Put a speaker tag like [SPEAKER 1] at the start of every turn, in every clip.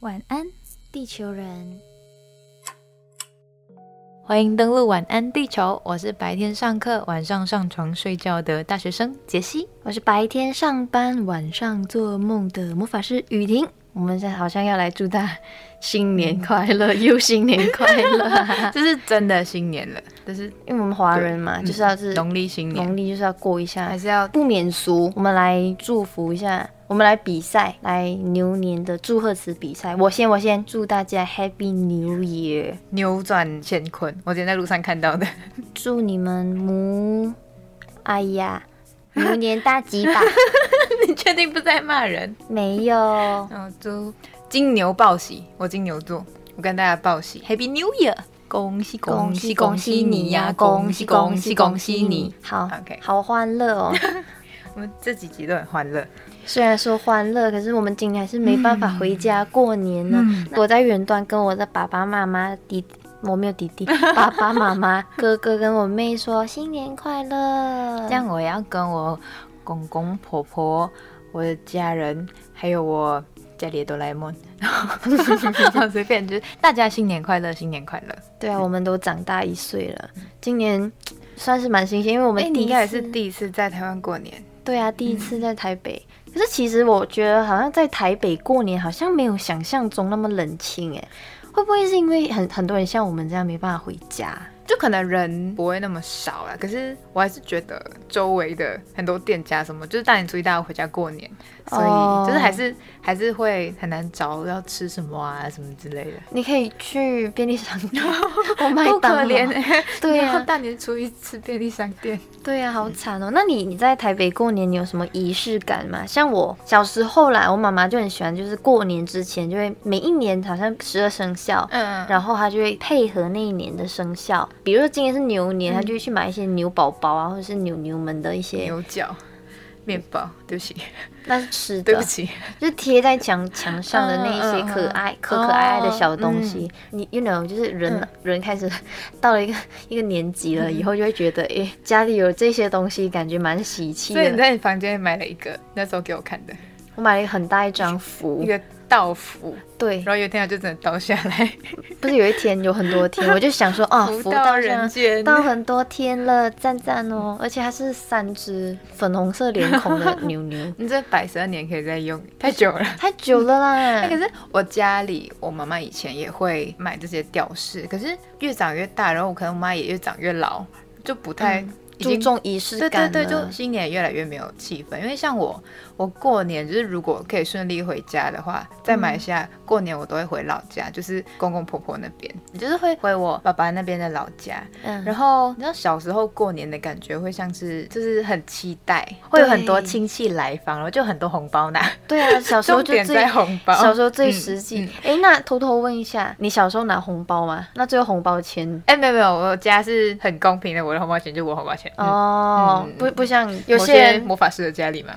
[SPEAKER 1] 晚安，地球人。
[SPEAKER 2] 欢迎登录晚安地球，我是白天上课、晚上上床睡觉的大学生杰 西。
[SPEAKER 1] 我是白天上班、晚上做梦的魔法师雨婷。我们现在好像要来祝大家新年快 乐，又新年快乐、
[SPEAKER 2] 这是真的新年了，这是
[SPEAKER 1] 因为我们华人嘛，
[SPEAKER 2] 啊
[SPEAKER 1] 就是要是
[SPEAKER 2] 农历新年，
[SPEAKER 1] 农历就是要过一下
[SPEAKER 2] 还，是要
[SPEAKER 1] 不免俗。我们来祝福一下，我们来比赛，来牛年的祝贺词比赛。我先，我先祝大家 Happy New Year，
[SPEAKER 2] 扭转乾坤？我今天在路上看到的，
[SPEAKER 1] 祝你们母，哎呀，牛年大吉 吧。
[SPEAKER 2] 你确定不在骂人？
[SPEAKER 1] 没有，
[SPEAKER 2] 嗯，祝金牛报喜，我金牛座，我跟大家报喜，Happy New Year！恭喜恭喜恭喜你呀、恭喜恭喜恭喜你！！
[SPEAKER 1] 好
[SPEAKER 2] OK
[SPEAKER 1] 好欢乐 哦。
[SPEAKER 2] 我们这几集都很欢乐，
[SPEAKER 1] 虽然说欢乐，可是我们今天还是没办法回家过年呢。
[SPEAKER 2] 嗯
[SPEAKER 1] 我在远端跟我的爸爸妈妈、弟 弟，我没有弟弟，爸爸妈妈、哥哥跟我妹说新年快乐。
[SPEAKER 2] 这样我也要跟我公公婆婆、我的家人，还有我家里的哆啦 A 梦， 随便就是大家新年快乐，新年快乐。
[SPEAKER 1] 对啊，我们都长大一岁了，今年算是蛮新鲜，因为我们
[SPEAKER 2] 哎、你
[SPEAKER 1] 第
[SPEAKER 2] 应
[SPEAKER 1] 一
[SPEAKER 2] 该也
[SPEAKER 1] 次
[SPEAKER 2] 是第一次在台湾过年，
[SPEAKER 1] 对啊，第一
[SPEAKER 2] 嗯
[SPEAKER 1] 次在台北。可是其实我觉得，好像在台北过年，好像没有想象中那么冷清哎。会不会是因为很很多人像我们这样没办法回家？
[SPEAKER 2] 就可能人不会那么少啊啦。可是我还是觉得周围的很多店家什么，就是大年初一大家回家过年，所
[SPEAKER 1] 哦
[SPEAKER 2] 以就是还是、还是会很难找要吃什么啊什么之类的。
[SPEAKER 1] 你可以去便利商 店，我买
[SPEAKER 2] 好
[SPEAKER 1] 当
[SPEAKER 2] 可
[SPEAKER 1] 劳
[SPEAKER 2] 怜、欸，
[SPEAKER 1] 对
[SPEAKER 2] 然后
[SPEAKER 1] 啊，
[SPEAKER 2] 大年初一吃便利商店。
[SPEAKER 1] 对啊，好惨哦。那你你在台北过年，你有什么仪式感吗？像我小时候啦，我妈妈就很喜欢，就是过年之前就会每一年好像十二生肖，
[SPEAKER 2] 嗯，
[SPEAKER 1] 然后他就会配合那一年的生肖，比如说今年是牛年，
[SPEAKER 2] 嗯
[SPEAKER 1] 他就会去买一些牛宝宝啊，或者是牛牛们的一些，
[SPEAKER 2] 牛角、面包，嗯对不啊起，
[SPEAKER 1] 那是吃
[SPEAKER 2] 对
[SPEAKER 1] 的
[SPEAKER 2] 不，起，
[SPEAKER 1] 就是贴在墙墙上的那一些可爱、
[SPEAKER 2] 嗯嗯嗯嗯
[SPEAKER 1] 可可爱爱的小东西。你 you know，就是人、人开始到了一个 一个年纪
[SPEAKER 2] 嗯
[SPEAKER 1] 了以后，就会觉得，诶、家里有这些东西，感觉蛮喜气
[SPEAKER 2] 所以你
[SPEAKER 1] 的。
[SPEAKER 2] 在你房间买了一个，那时候给我看的
[SPEAKER 1] 我买了一个很大一张符
[SPEAKER 2] 一，个道符，
[SPEAKER 1] 对
[SPEAKER 2] 然，后有一天它就真的倒下来，
[SPEAKER 1] 不是有一天有很 多天，我就想说，哦，
[SPEAKER 2] 福
[SPEAKER 1] 福
[SPEAKER 2] 到
[SPEAKER 1] 到
[SPEAKER 2] 人
[SPEAKER 1] 人
[SPEAKER 2] 间。，
[SPEAKER 1] 到很多天了，赞赞哦！而且它是三只粉红色脸孔的牛牛
[SPEAKER 2] 你这摆十二年可以再用，太久了。
[SPEAKER 1] 太久了啦
[SPEAKER 2] 哎，可。是我家里，我妈妈以前也会买这些吊饰，可是越长越大，然后我可能我妈也越长越老，就不太、已
[SPEAKER 1] 注
[SPEAKER 2] 经
[SPEAKER 1] 重仪式
[SPEAKER 2] 对对
[SPEAKER 1] 感
[SPEAKER 2] 对，就
[SPEAKER 1] 了
[SPEAKER 2] 新年越来越没有气氛，因为像我，我过年就是如果可以顺利回家的话，在马来西亚过年我都会回老家，就是公公婆婆那边，就是会回我爸爸那边的老家。
[SPEAKER 1] 嗯，
[SPEAKER 2] 然后你知道小时候过年的感觉会像是就是很期待，会有很多
[SPEAKER 1] 对
[SPEAKER 2] 亲戚来访，然后就很多红包拿，
[SPEAKER 1] 对 啊，小时候
[SPEAKER 2] 重
[SPEAKER 1] 就
[SPEAKER 2] 点
[SPEAKER 1] 最
[SPEAKER 2] 在红包。
[SPEAKER 1] 小时候最
[SPEAKER 2] 嗯
[SPEAKER 1] 实际
[SPEAKER 2] 嗯。
[SPEAKER 1] 哎、那偷偷问一下，你小时候拿红包吗？那最后红包钱？
[SPEAKER 2] 哎、没有没有，我家是很公平的，我的红包钱就我红包钱。嗯，
[SPEAKER 1] 哦，
[SPEAKER 2] 嗯
[SPEAKER 1] 不不像有
[SPEAKER 2] 有
[SPEAKER 1] 些人，
[SPEAKER 2] 魔法师的家里嘛，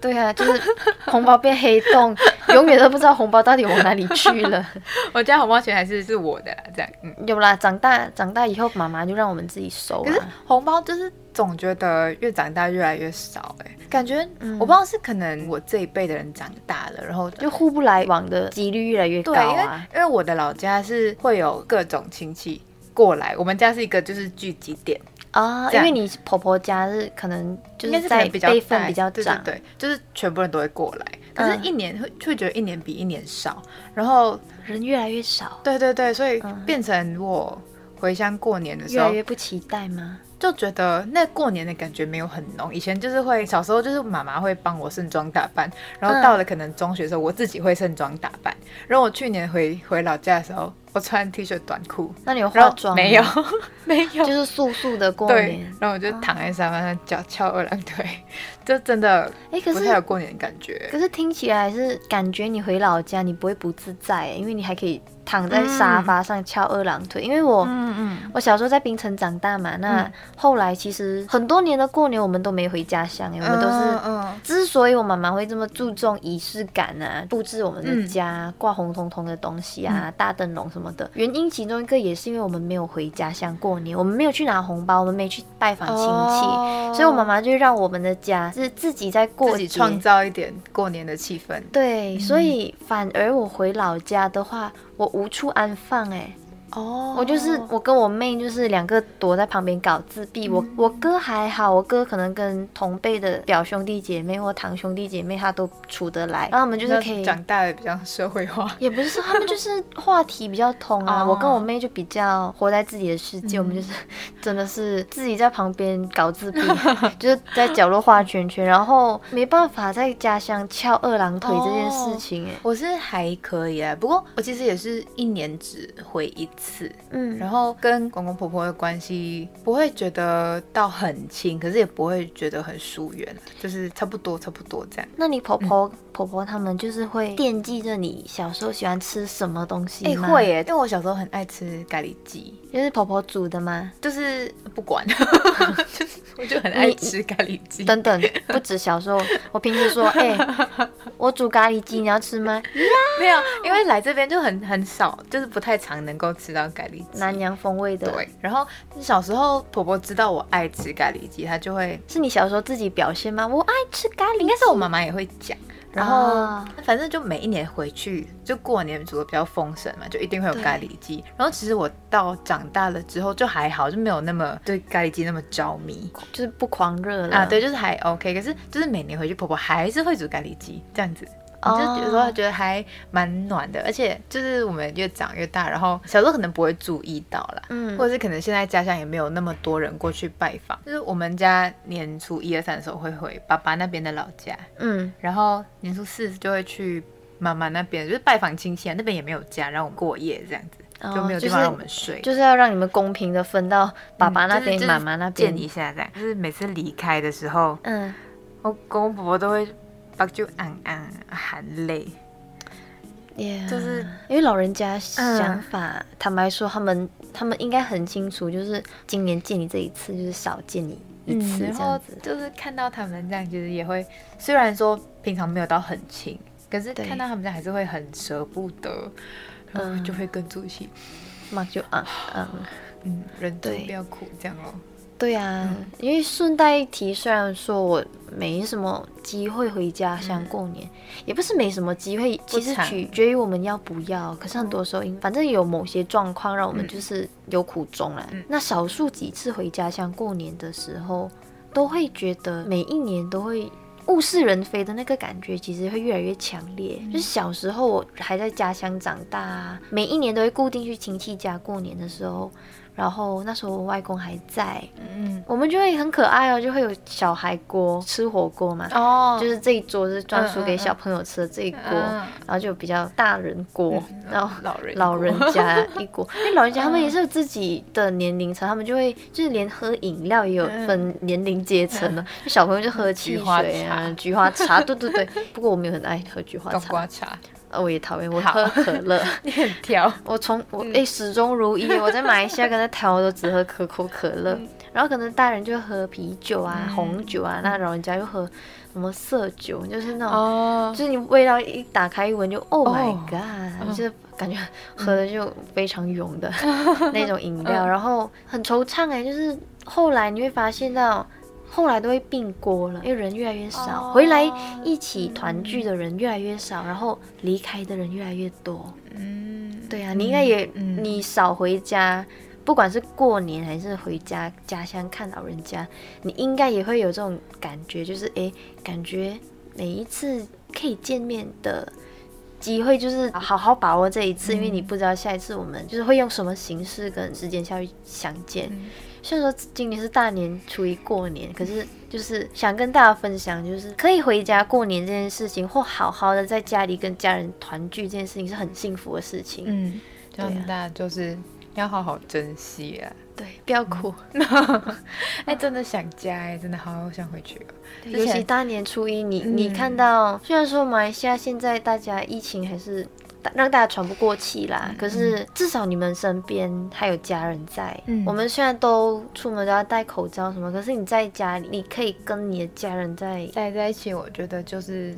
[SPEAKER 1] 对啊，就是红包变黑 洞，永远都不知道红包到底往哪里去了。
[SPEAKER 2] 我家红包钱还是是我的啦，这样。嗯，
[SPEAKER 1] 有啦，长大长大以后，妈妈就让我们自己收
[SPEAKER 2] 可是
[SPEAKER 1] 啊。
[SPEAKER 2] 红包就是总觉得越长大越来越少、哎，感觉、
[SPEAKER 1] 嗯
[SPEAKER 2] 我不知道是可能我这一辈的人长大了，然后就。
[SPEAKER 1] 就互不来往的几率越来越高
[SPEAKER 2] 对，因为
[SPEAKER 1] 啊！
[SPEAKER 2] 因为我的老家是会有各种亲戚过来，我们家是一个就是聚集点，
[SPEAKER 1] 啊，因
[SPEAKER 2] 这样
[SPEAKER 1] 为你婆婆家是可能就
[SPEAKER 2] 应该
[SPEAKER 1] 是
[SPEAKER 2] 是
[SPEAKER 1] 在
[SPEAKER 2] 可能比较
[SPEAKER 1] 辈分
[SPEAKER 2] 大
[SPEAKER 1] 比较
[SPEAKER 2] 对
[SPEAKER 1] 长，
[SPEAKER 2] 对对，就是全部人都会过来。可是
[SPEAKER 1] 嗯，
[SPEAKER 2] 一年会会觉得一年比一年少，然后
[SPEAKER 1] 人越来越少，
[SPEAKER 2] 对对对，所以
[SPEAKER 1] 嗯
[SPEAKER 2] 变成我回乡过年的时
[SPEAKER 1] 越来
[SPEAKER 2] 候，
[SPEAKER 1] 越不期待吗？
[SPEAKER 2] 就觉得那过年的感觉没有很浓。以前就是会小时候就是妈妈会帮我盛装打扮，然
[SPEAKER 1] 嗯
[SPEAKER 2] 后到了可能中学的时候，我自己会盛装打扮。然后我去年回回老家的时候，我穿 T 恤短裤，
[SPEAKER 1] 那你有
[SPEAKER 2] 然
[SPEAKER 1] 化
[SPEAKER 2] 后
[SPEAKER 1] 妆吗
[SPEAKER 2] 没有没 有
[SPEAKER 1] 就，是素素的过
[SPEAKER 2] 对
[SPEAKER 1] 年。，
[SPEAKER 2] 然后我就躺在沙发上脚翘二郎腿，就真的
[SPEAKER 1] 哎、可
[SPEAKER 2] 不
[SPEAKER 1] 是
[SPEAKER 2] 太有过年的感觉。
[SPEAKER 1] 啊可是听起来还是感觉你回老家你不会不自在，因为你还可以躺在沙发上翘二郎腿，因为我、
[SPEAKER 2] 嗯嗯，
[SPEAKER 1] 我小时候在槟城长大嘛，那
[SPEAKER 2] 嗯
[SPEAKER 1] 后来其实很多年的过年我们都没回家乡，我们都是
[SPEAKER 2] 嗯
[SPEAKER 1] 之所以我妈妈会这么注重仪式感啊，布置我们
[SPEAKER 2] 嗯
[SPEAKER 1] 的家，挂红彤彤的东西啊，大灯笼什么的，原因其中一个也是因为我们没有回家乡过年，我们没有去拿红包，我们没去拜访亲戚，
[SPEAKER 2] 哦
[SPEAKER 1] 所以我妈妈就让我们的家是自己在过
[SPEAKER 2] 自己
[SPEAKER 1] 节。
[SPEAKER 2] 创造一嗯点过年的气氛。
[SPEAKER 1] 对，所以反而我回老家的话，我无处安放哎、
[SPEAKER 2] 哦
[SPEAKER 1] 我就是我跟我妹就是两个躲在旁边搞自闭，我
[SPEAKER 2] 嗯
[SPEAKER 1] 我哥还好，我哥可能跟同辈的表兄弟姐妹或堂兄弟姐妹他都处得来，然后我们就是可以，
[SPEAKER 2] 长大的比较社会化。
[SPEAKER 1] 也不是说他们就是话题比较通啊，
[SPEAKER 2] 哦嗯
[SPEAKER 1] 我跟我妹就比较活在自己的世界，我们就是真的是自己在旁边搞自 闭，就是在角落画圈圈，然后没办法在家乡翘二郎腿这件
[SPEAKER 2] 哦
[SPEAKER 1] 事情、哎、
[SPEAKER 2] 我是还可以啊，不过我其实也是一年只回一次，
[SPEAKER 1] 嗯，
[SPEAKER 2] 然后跟公公婆婆的关系不会觉得到很亲，可是也不会觉得很疏远，就是差不多差不多这样。
[SPEAKER 1] 那你婆婆、
[SPEAKER 2] 嗯
[SPEAKER 1] 婆婆他们就是会惦记着你小时候喜欢吃什么东西
[SPEAKER 2] 哎、
[SPEAKER 1] 吗？
[SPEAKER 2] 会，耶，因为我小时候很爱吃咖喱鸡，
[SPEAKER 1] 就是婆婆煮的 吗？
[SPEAKER 2] 就是不管， 就是我就很爱吃咖喱鸡。
[SPEAKER 1] 等等，不止小时候，我平时 说，哎、我煮咖喱鸡，你要吃吗？
[SPEAKER 2] 没有，因为来这边就很很少，就是不太常能够吃到咖喱鸡。
[SPEAKER 1] 南洋风味的，
[SPEAKER 2] 对，然后小时候婆婆知道我爱吃咖喱鸡，她就会，
[SPEAKER 1] 是你小时候自己表现吗？我爱吃咖喱，应该
[SPEAKER 2] 但是我妈妈也会讲。然后、
[SPEAKER 1] 啊
[SPEAKER 2] 反正就每一年回去，就过年煮的比较丰盛嘛，就一定会有咖喱鸡。然后其实我到长大了之后就还好，就没有那么对咖喱鸡那么着迷
[SPEAKER 1] 就是不狂热了
[SPEAKER 2] 啊。对，，就是还 OK。可是就是每年回去，婆婆还是会煮咖喱鸡这样子。
[SPEAKER 1] 哦
[SPEAKER 2] 你就觉得觉得还蛮暖的，而且就是我们越长越大，然后小时候可能不会注意到啦，
[SPEAKER 1] 嗯
[SPEAKER 2] 或者是可能现在家乡也没有那么多人过去拜访。就是我们家年初一二三的时候会回爸爸那边的老家，
[SPEAKER 1] 嗯，
[SPEAKER 2] 然后年初四就会去妈妈那边，就是拜访亲戚啊，那边也没有家，让我们过夜这样子，
[SPEAKER 1] 哦
[SPEAKER 2] 就没有地
[SPEAKER 1] 就
[SPEAKER 2] 方
[SPEAKER 1] 是
[SPEAKER 2] 让我们睡。
[SPEAKER 1] 就是要让你们公平的分到爸爸
[SPEAKER 2] 嗯
[SPEAKER 1] 那
[SPEAKER 2] 就是
[SPEAKER 1] 边、
[SPEAKER 2] 就是
[SPEAKER 1] 妈妈那边
[SPEAKER 2] 见。一下这样，就是每次离开的时候，
[SPEAKER 1] 嗯，
[SPEAKER 2] 我公公婆婆都会把就昂昂含泪，
[SPEAKER 1] yeah,
[SPEAKER 2] 就是
[SPEAKER 1] 因为老人家想法，
[SPEAKER 2] 嗯
[SPEAKER 1] 坦白说，他们他们应该很清楚，就是今年见你这一次，就是少见你一次这
[SPEAKER 2] 嗯然
[SPEAKER 1] 样
[SPEAKER 2] 后
[SPEAKER 1] 子。
[SPEAKER 2] 就是看到他们这样，其实也会，虽然说平常没有到很亲，可是
[SPEAKER 1] 对
[SPEAKER 2] 看到他们这样还是会很舍不得，然后
[SPEAKER 1] 嗯
[SPEAKER 2] 就会跟住一起，
[SPEAKER 1] 那就嗯嗯，
[SPEAKER 2] 嗯，忍住
[SPEAKER 1] 对
[SPEAKER 2] 不要哭这样咯。
[SPEAKER 1] 对啊，
[SPEAKER 2] 嗯
[SPEAKER 1] 因为顺带一提，虽然说我没什么机会回家乡过年，也不是没什么机会，
[SPEAKER 2] 嗯不嗯
[SPEAKER 1] 其实
[SPEAKER 2] 常
[SPEAKER 1] 取决于我们要不要。可是很多时候，因反正有某些状况让我们就是有苦衷啦。
[SPEAKER 2] 嗯
[SPEAKER 1] 那少数几次回家乡过年的时候，都会觉得每一年都会。物是人非的那个感觉，其实会越来越强烈。
[SPEAKER 2] 嗯
[SPEAKER 1] 就是小时候我还在家乡长大、啊，每一年都会固定去亲戚家过年的时候，然后那时候我外公还在，
[SPEAKER 2] 嗯，
[SPEAKER 1] 我们就会很可爱哦，就会有小孩锅吃火锅嘛，
[SPEAKER 2] 哦
[SPEAKER 1] 就是这一桌是专属
[SPEAKER 2] 嗯嗯
[SPEAKER 1] 给
[SPEAKER 2] 嗯
[SPEAKER 1] 小朋友吃的这一锅，
[SPEAKER 2] 嗯
[SPEAKER 1] 然后就有比较大人锅，然后。
[SPEAKER 2] 老人
[SPEAKER 1] 老
[SPEAKER 2] 过
[SPEAKER 1] 人家一锅，
[SPEAKER 2] 嗯
[SPEAKER 1] 因为老人家他们也是有自己的年龄层，他们就会就是连喝饮料也有
[SPEAKER 2] 嗯
[SPEAKER 1] 分年龄阶层的，就小朋友就喝汽
[SPEAKER 2] 菊花
[SPEAKER 1] 水啊、
[SPEAKER 2] 茶
[SPEAKER 1] 菊花茶，对对对。不过我没有很爱喝菊花
[SPEAKER 2] 冬
[SPEAKER 1] 茶，
[SPEAKER 2] 瓜茶，
[SPEAKER 1] 呃，我也讨厌，我
[SPEAKER 2] 好
[SPEAKER 1] 喝可乐。
[SPEAKER 2] 你很挑，
[SPEAKER 1] 我从我
[SPEAKER 2] 嗯
[SPEAKER 1] 哎、始终如 一，我在马来西亚跟在台湾都只喝可口可乐，然后可能大人就喝啤酒啊、
[SPEAKER 2] 嗯
[SPEAKER 1] 红酒啊，那老人家就喝什么色酒，就是那种，
[SPEAKER 2] 哦
[SPEAKER 1] 就是你味道一打开一闻就 Oh my
[SPEAKER 2] 哦
[SPEAKER 1] God，、
[SPEAKER 2] 嗯
[SPEAKER 1] 就是感觉喝的就非常勇的 那种饮
[SPEAKER 2] 嗯
[SPEAKER 1] 料，然后很惆怅哎、就是后来你会发现到。后来都会并锅了，因为人越来越少，
[SPEAKER 2] 哦嗯
[SPEAKER 1] 回来一起团聚的人越来越少，然后离开的人越来越多。
[SPEAKER 2] 嗯，
[SPEAKER 1] 对啊，你应该也，
[SPEAKER 2] 嗯
[SPEAKER 1] 你少回家，不管是过年还是回家家乡看老人家，你应该也会有这种感觉，就是诶，感觉每一次可以见面的机会，就是好好把握这一
[SPEAKER 2] 嗯
[SPEAKER 1] 次，因为你不知道下一次我们就是会用什么形式跟时间下去相见。
[SPEAKER 2] 嗯
[SPEAKER 1] 虽然说今年是大年初一过年，可是就是想跟大家分享，就是可以回家过年这件事情，或好好的在家里跟家人团聚这件事情是很幸福的事情。
[SPEAKER 2] 嗯，这
[SPEAKER 1] 对
[SPEAKER 2] 样
[SPEAKER 1] 啊
[SPEAKER 2] 大家就是要好好珍惜啊。
[SPEAKER 1] 对，不要哭，
[SPEAKER 2] 哎，真的想家哎，真的好想回去哦。
[SPEAKER 1] 对
[SPEAKER 2] 之
[SPEAKER 1] 尤
[SPEAKER 2] 前
[SPEAKER 1] 其大年初一你，你
[SPEAKER 2] 嗯
[SPEAKER 1] 看到，虽然说马来西亚现在大家疫情还是让大家喘不过气啦。可是至少你们身边还有家人在。
[SPEAKER 2] 嗯
[SPEAKER 1] 我们虽然都出门都要戴口罩什么，可是你在家里，你可以跟你的家人在。
[SPEAKER 2] 待在一起，我觉得就是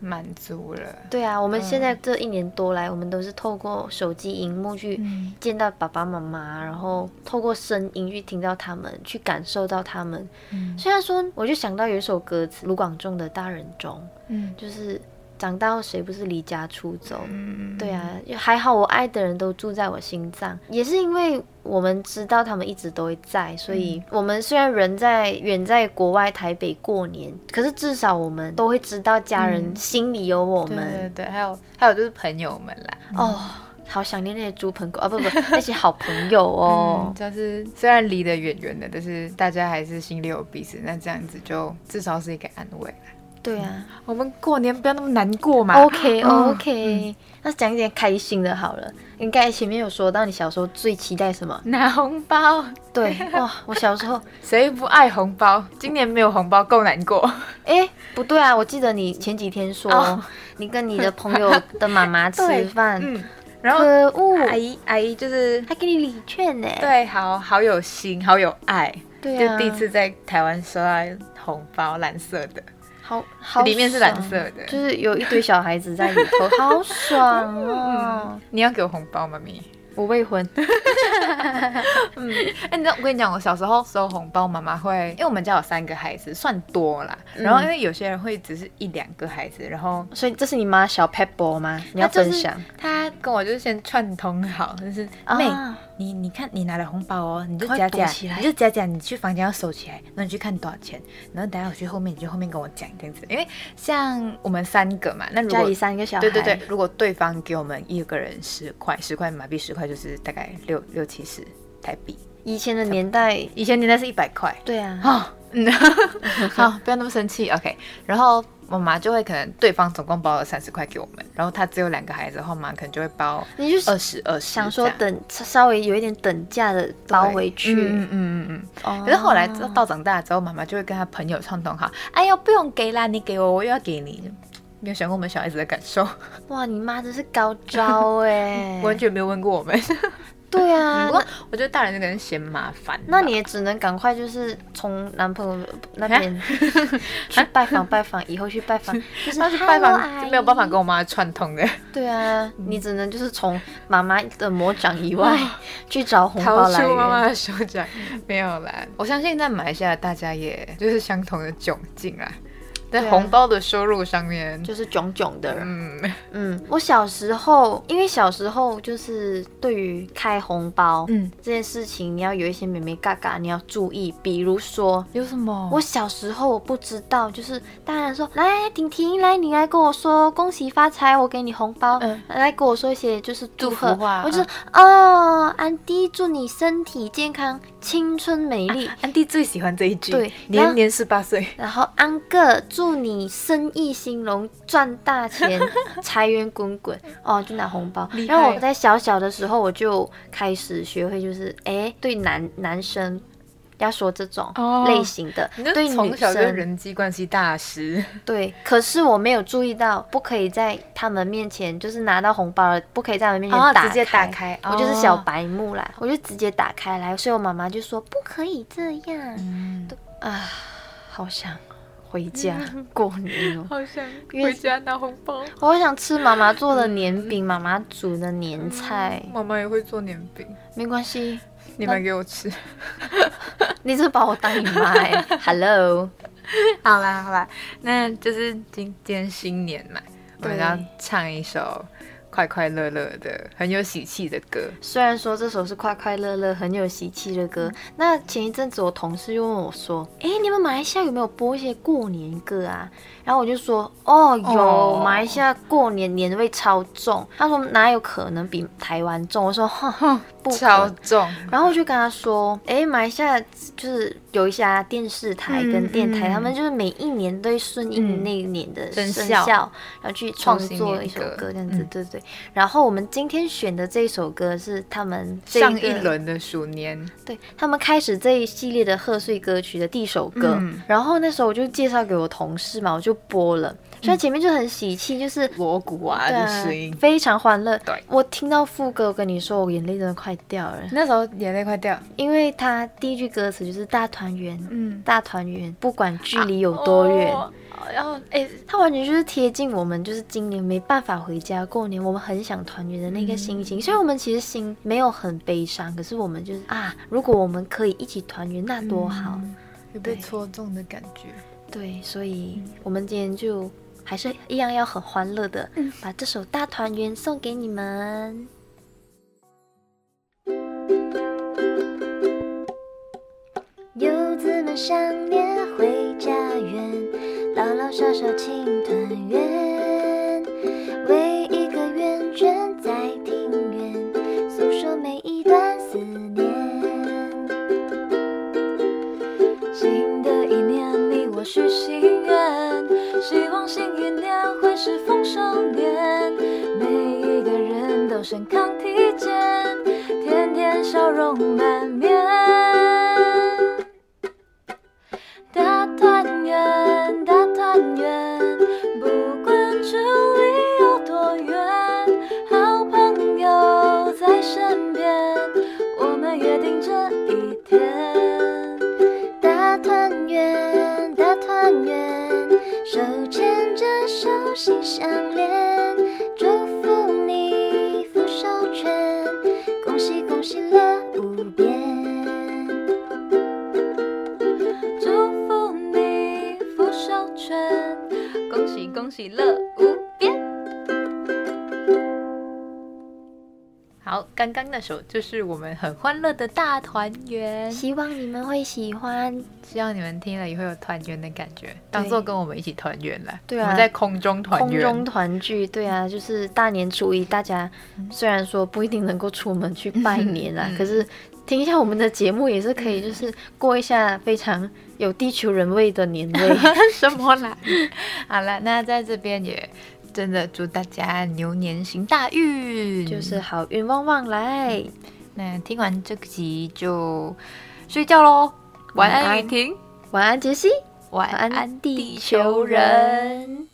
[SPEAKER 2] 满足了。
[SPEAKER 1] 对啊，我们
[SPEAKER 2] 嗯
[SPEAKER 1] 现在这一年多来，我们都是透过手机荧幕去
[SPEAKER 2] 嗯
[SPEAKER 1] 见到爸爸妈妈，然后透过声音去听到他们，去感受到他们。
[SPEAKER 2] 嗯
[SPEAKER 1] 虽然说，我就想到有一首歌词，卢广仲的《大人中
[SPEAKER 2] 嗯》，
[SPEAKER 1] 就是长大后谁不是离家出走？
[SPEAKER 2] 嗯
[SPEAKER 1] 对，啊，还好我爱的人都住在我心脏，也是因为我们知道他们一直都会在，所
[SPEAKER 2] 嗯
[SPEAKER 1] 以我们虽然人在远在国外台北过年，可是至少我们都会知道家人
[SPEAKER 2] 嗯
[SPEAKER 1] 心里有我
[SPEAKER 2] 对对
[SPEAKER 1] 们。
[SPEAKER 2] 对，还有还有就是朋友们啦。
[SPEAKER 1] 哦，好想念那些猪朋狗啊，不不，那些好朋友哦
[SPEAKER 2] 嗯，。就是虽然离得远远的，但是大家还是心里有彼此，那这样子就至少是一个安慰。
[SPEAKER 1] 对啊
[SPEAKER 2] 我们过年不要那么难过嘛。
[SPEAKER 1] ，OK
[SPEAKER 2] 嗯
[SPEAKER 1] OK，那讲一点开心的好了。你刚才前面有说到你小时候最期待什么？
[SPEAKER 2] 拿红包，
[SPEAKER 1] 对，哇，我小时候
[SPEAKER 2] 谁不爱红包？今年没有红包够难过。
[SPEAKER 1] 哎，不对啊！我记得你前几天说、
[SPEAKER 2] 哦
[SPEAKER 1] 你跟你的朋 友的妈妈吃
[SPEAKER 2] 对
[SPEAKER 1] 饭，
[SPEAKER 2] 嗯，哎然后
[SPEAKER 1] 可恶，
[SPEAKER 2] 阿姨阿姨就是
[SPEAKER 1] 还给你礼券呢。
[SPEAKER 2] 对，好好有心，好有爱。
[SPEAKER 1] 对啊，
[SPEAKER 2] 就第一次在台湾收到红包，蓝色的，
[SPEAKER 1] 好好，
[SPEAKER 2] 里面是蓝色，的。
[SPEAKER 1] 就是有一堆小孩子在里头，好爽 哦！
[SPEAKER 2] 你要给我红包吗，咪？
[SPEAKER 1] 我未婚，
[SPEAKER 2] 哎、你知道我跟你讲，我小时候收红包，妈妈会，因为我们家有三个孩子，算多啦。
[SPEAKER 1] 嗯
[SPEAKER 2] 然后因为有些人会只是一两个孩子，然后
[SPEAKER 1] 所以这是你妈小 pebble 吗？你要
[SPEAKER 2] 她就是
[SPEAKER 1] 分享
[SPEAKER 2] 他跟我就是先串通好，就是
[SPEAKER 1] 啊
[SPEAKER 2] 妹，你你看你拿了红包哦，你就
[SPEAKER 1] 赶快
[SPEAKER 2] 夹
[SPEAKER 1] 躲
[SPEAKER 2] 夹
[SPEAKER 1] 起来，
[SPEAKER 2] 你就夹夹，你去房间要收起来，然后你去看多少钱，然后等下我去后面，你就后面跟我讲这样子。因为像我们三个嘛，那如
[SPEAKER 1] 家
[SPEAKER 2] 果
[SPEAKER 1] 里三个小孩，
[SPEAKER 2] 对对对，，如果对方给我们一个人十块，十块马币十块就是大概六六七十台币，
[SPEAKER 1] 以前的年代，
[SPEAKER 2] 以前年代是一百块。
[SPEAKER 1] 对啊，
[SPEAKER 2] 哦， 嗯，好，不要那么生气，OK。然后我妈就会可能对方总共包了三十块给我们，然后她只有两个孩子的话，妈可能就会包
[SPEAKER 1] 你就
[SPEAKER 2] 二
[SPEAKER 1] 是
[SPEAKER 2] 十二十，
[SPEAKER 1] 想说等稍微有一点等价的包回去，
[SPEAKER 2] 嗯嗯嗯嗯
[SPEAKER 1] 哦
[SPEAKER 2] 嗯。可是后来到到长大之后，妈妈就会跟她朋友串通好，哎呦不用给啦，你给我，我又要给你。 没有想过我们小孩子的感受，
[SPEAKER 1] 哇，你妈真是高 招哎、
[SPEAKER 2] 完全没有问过我们。
[SPEAKER 1] 对 啊，
[SPEAKER 2] 不过
[SPEAKER 1] 那
[SPEAKER 2] 我觉得大人就可能嫌麻烦啊吧。
[SPEAKER 1] 那你也只能赶快就是从男朋友那边
[SPEAKER 2] 啊
[SPEAKER 1] 去拜访拜访，以后去拜 访，就是
[SPEAKER 2] 要是拜
[SPEAKER 1] "Hello，
[SPEAKER 2] 访就没有办法嗯
[SPEAKER 1] 阿姨
[SPEAKER 2] 跟我妈串通的，
[SPEAKER 1] 对啊，你只能就是从妈妈的魔掌以外 去找红
[SPEAKER 2] 逃
[SPEAKER 1] 包来
[SPEAKER 2] 出妈妈
[SPEAKER 1] 源。
[SPEAKER 2] 的手掌，没有啦。我相信在马来西亚大家也就是相同的窘境啦，
[SPEAKER 1] 对
[SPEAKER 2] 在
[SPEAKER 1] 啊
[SPEAKER 2] 红包的收入上面，
[SPEAKER 1] 就是囧囧的，
[SPEAKER 2] 嗯，
[SPEAKER 1] 嗯，我小时候，因为小时候就是对于开红包，
[SPEAKER 2] 嗯
[SPEAKER 1] 这件事情，你要有一些美眉嘎嘎，你要注意，比如说，
[SPEAKER 2] 有什么
[SPEAKER 1] 我小时候我不知道，就是大人说来婷婷来，你来跟我说恭喜发财，我给你红包，
[SPEAKER 2] 嗯
[SPEAKER 1] 来跟我说一些就是祝贺
[SPEAKER 2] 祝福话嗯
[SPEAKER 1] 我就是哦，安迪祝你身体健康、青春美 丽，
[SPEAKER 2] 安迪最喜欢这一句，
[SPEAKER 1] 对然后
[SPEAKER 2] 年年十八岁，
[SPEAKER 1] 然后安哥祝你生意兴隆、赚大 钱、财源滚滚哦，就拿红包
[SPEAKER 2] 嗯厉。害
[SPEAKER 1] 然后我在小小的时候我就开始学会，就是哎，对男男生要说这种
[SPEAKER 2] 哦
[SPEAKER 1] 类型的，
[SPEAKER 2] 你
[SPEAKER 1] 对
[SPEAKER 2] 就
[SPEAKER 1] 女
[SPEAKER 2] 从小就
[SPEAKER 1] 生。
[SPEAKER 2] 人际关系大师，
[SPEAKER 1] 对，可是我没有注意到，不可以在他们面前，就是拿到红包了，不可以在他们面前哦打开。
[SPEAKER 2] 哦直接打开
[SPEAKER 1] 我就是小
[SPEAKER 2] 哦
[SPEAKER 1] 白目啦，我就直接打开来，所以我妈妈就说不可以这样、
[SPEAKER 2] 嗯，
[SPEAKER 1] 啊，好想回家 过年哦。
[SPEAKER 2] 好想
[SPEAKER 1] 因为
[SPEAKER 2] 回家拿红包。
[SPEAKER 1] 我好想吃妈妈做的年饼，妈妈煮的年菜，
[SPEAKER 2] 妈妈也会做年饼，
[SPEAKER 1] 嗯没关系，
[SPEAKER 2] 你们给我吃。
[SPEAKER 1] 你是把我当你妈哎、Hello，
[SPEAKER 2] 好啦好啦，那就是今天新年嘛，我们
[SPEAKER 1] 对
[SPEAKER 2] 要唱一首快快乐乐的、很有喜气的歌。
[SPEAKER 1] 虽然说这首是快快乐乐、很有喜气的歌，那前一阵子我同事又问我说：“哎、你们马来西亚有没有播一些过年歌啊？”然后我就说：“哦，有，
[SPEAKER 2] 哦
[SPEAKER 1] 马来西亚过年年味超重。”他说：“哪有可能比台湾重？”我说：“哼，不可
[SPEAKER 2] 超重，
[SPEAKER 1] 然后我就跟他说，哎，马来西亚就是有一家电视台跟电台，
[SPEAKER 2] 嗯嗯
[SPEAKER 1] 他们就是每一年都会顺应那一年的
[SPEAKER 2] 生
[SPEAKER 1] 生
[SPEAKER 2] 肖
[SPEAKER 1] 然后去创
[SPEAKER 2] 新
[SPEAKER 1] 作
[SPEAKER 2] 年
[SPEAKER 1] 一首
[SPEAKER 2] 歌
[SPEAKER 1] 歌，这样子，
[SPEAKER 2] 嗯
[SPEAKER 1] 对对对。然后我们今天选的这一首歌是他们这
[SPEAKER 2] 上
[SPEAKER 1] 个
[SPEAKER 2] 一轮的鼠年，
[SPEAKER 1] 对他们开始这一系列的贺岁歌曲的第一首歌，
[SPEAKER 2] 嗯
[SPEAKER 1] 然后那时候我就介绍给我同事嘛，我就播了，所以前面就很喜气，就是
[SPEAKER 2] 锣鼓嗯啊
[SPEAKER 1] 对
[SPEAKER 2] 的
[SPEAKER 1] 啊
[SPEAKER 2] 声音，，
[SPEAKER 1] 非常欢乐。
[SPEAKER 2] 对
[SPEAKER 1] 我听到副歌，我跟你说，我眼泪真的快掉了，
[SPEAKER 2] 那时候眼泪快掉。
[SPEAKER 1] 因为他第一句歌词就是大团圆，
[SPEAKER 2] 嗯，
[SPEAKER 1] 大团圆，不管距离有多远。
[SPEAKER 2] 哦然后哎，
[SPEAKER 1] 他完全就是贴近我们，就是今年没办法回家过年，我们很想团圆的那个心
[SPEAKER 2] 嗯
[SPEAKER 1] 情。虽然我们其实心没有很悲伤，可是我们就是啊，如果我们可以一起团圆，那多好。
[SPEAKER 2] 嗯，有被
[SPEAKER 1] 对
[SPEAKER 2] 戳中的感觉。
[SPEAKER 1] 对，所以
[SPEAKER 3] 嗯
[SPEAKER 1] 我们今天就还是一样要很欢乐的，
[SPEAKER 3] 嗯
[SPEAKER 1] 把这首《大团圆》送给你们。
[SPEAKER 3] 游子们赏月回家园，老老少少庆团圆。为一个圆圈在庭院，诉说每一段思念。新的一年，你我许心愿，希望新一年会是丰收年，每一个人都身康体健，天天笑容满面。大团圆，大团圆，不管距离有多远，好朋友在身边，我们约定这一天。大团圆，大团圆，手牵着手，心相连，祝福你福寿全，恭喜恭喜乐无边，祝福你福寿全，恭喜恭喜乐无边。
[SPEAKER 2] 好，刚刚那首就是我们很欢乐的大团圆，
[SPEAKER 1] 希望你们会喜欢。
[SPEAKER 2] 希望你们听了以后有团圆的感觉，当做跟我们一起团圆了。
[SPEAKER 1] 对啊
[SPEAKER 2] 我们在空中团
[SPEAKER 1] 空
[SPEAKER 2] 圆，
[SPEAKER 1] 中团聚，对啊，就是大年初一，大家虽然说不一定能够出门去拜年啦，
[SPEAKER 2] 嗯
[SPEAKER 1] 可是听一下我们的节目也是可以，就是过一下非常有地球人味的年 味。
[SPEAKER 2] 什么啦？好了，那在这边也真的祝大家牛年行大运。
[SPEAKER 1] 就是好运旺旺来，
[SPEAKER 2] 那听完这个集就睡觉喽，
[SPEAKER 1] 晚
[SPEAKER 2] 晚安
[SPEAKER 1] 安
[SPEAKER 2] 雨婷，
[SPEAKER 1] 晚安杰西，晚
[SPEAKER 2] 晚
[SPEAKER 1] 安
[SPEAKER 2] 安
[SPEAKER 1] 地
[SPEAKER 2] 地
[SPEAKER 1] 球
[SPEAKER 2] 球人。
[SPEAKER 1] 人。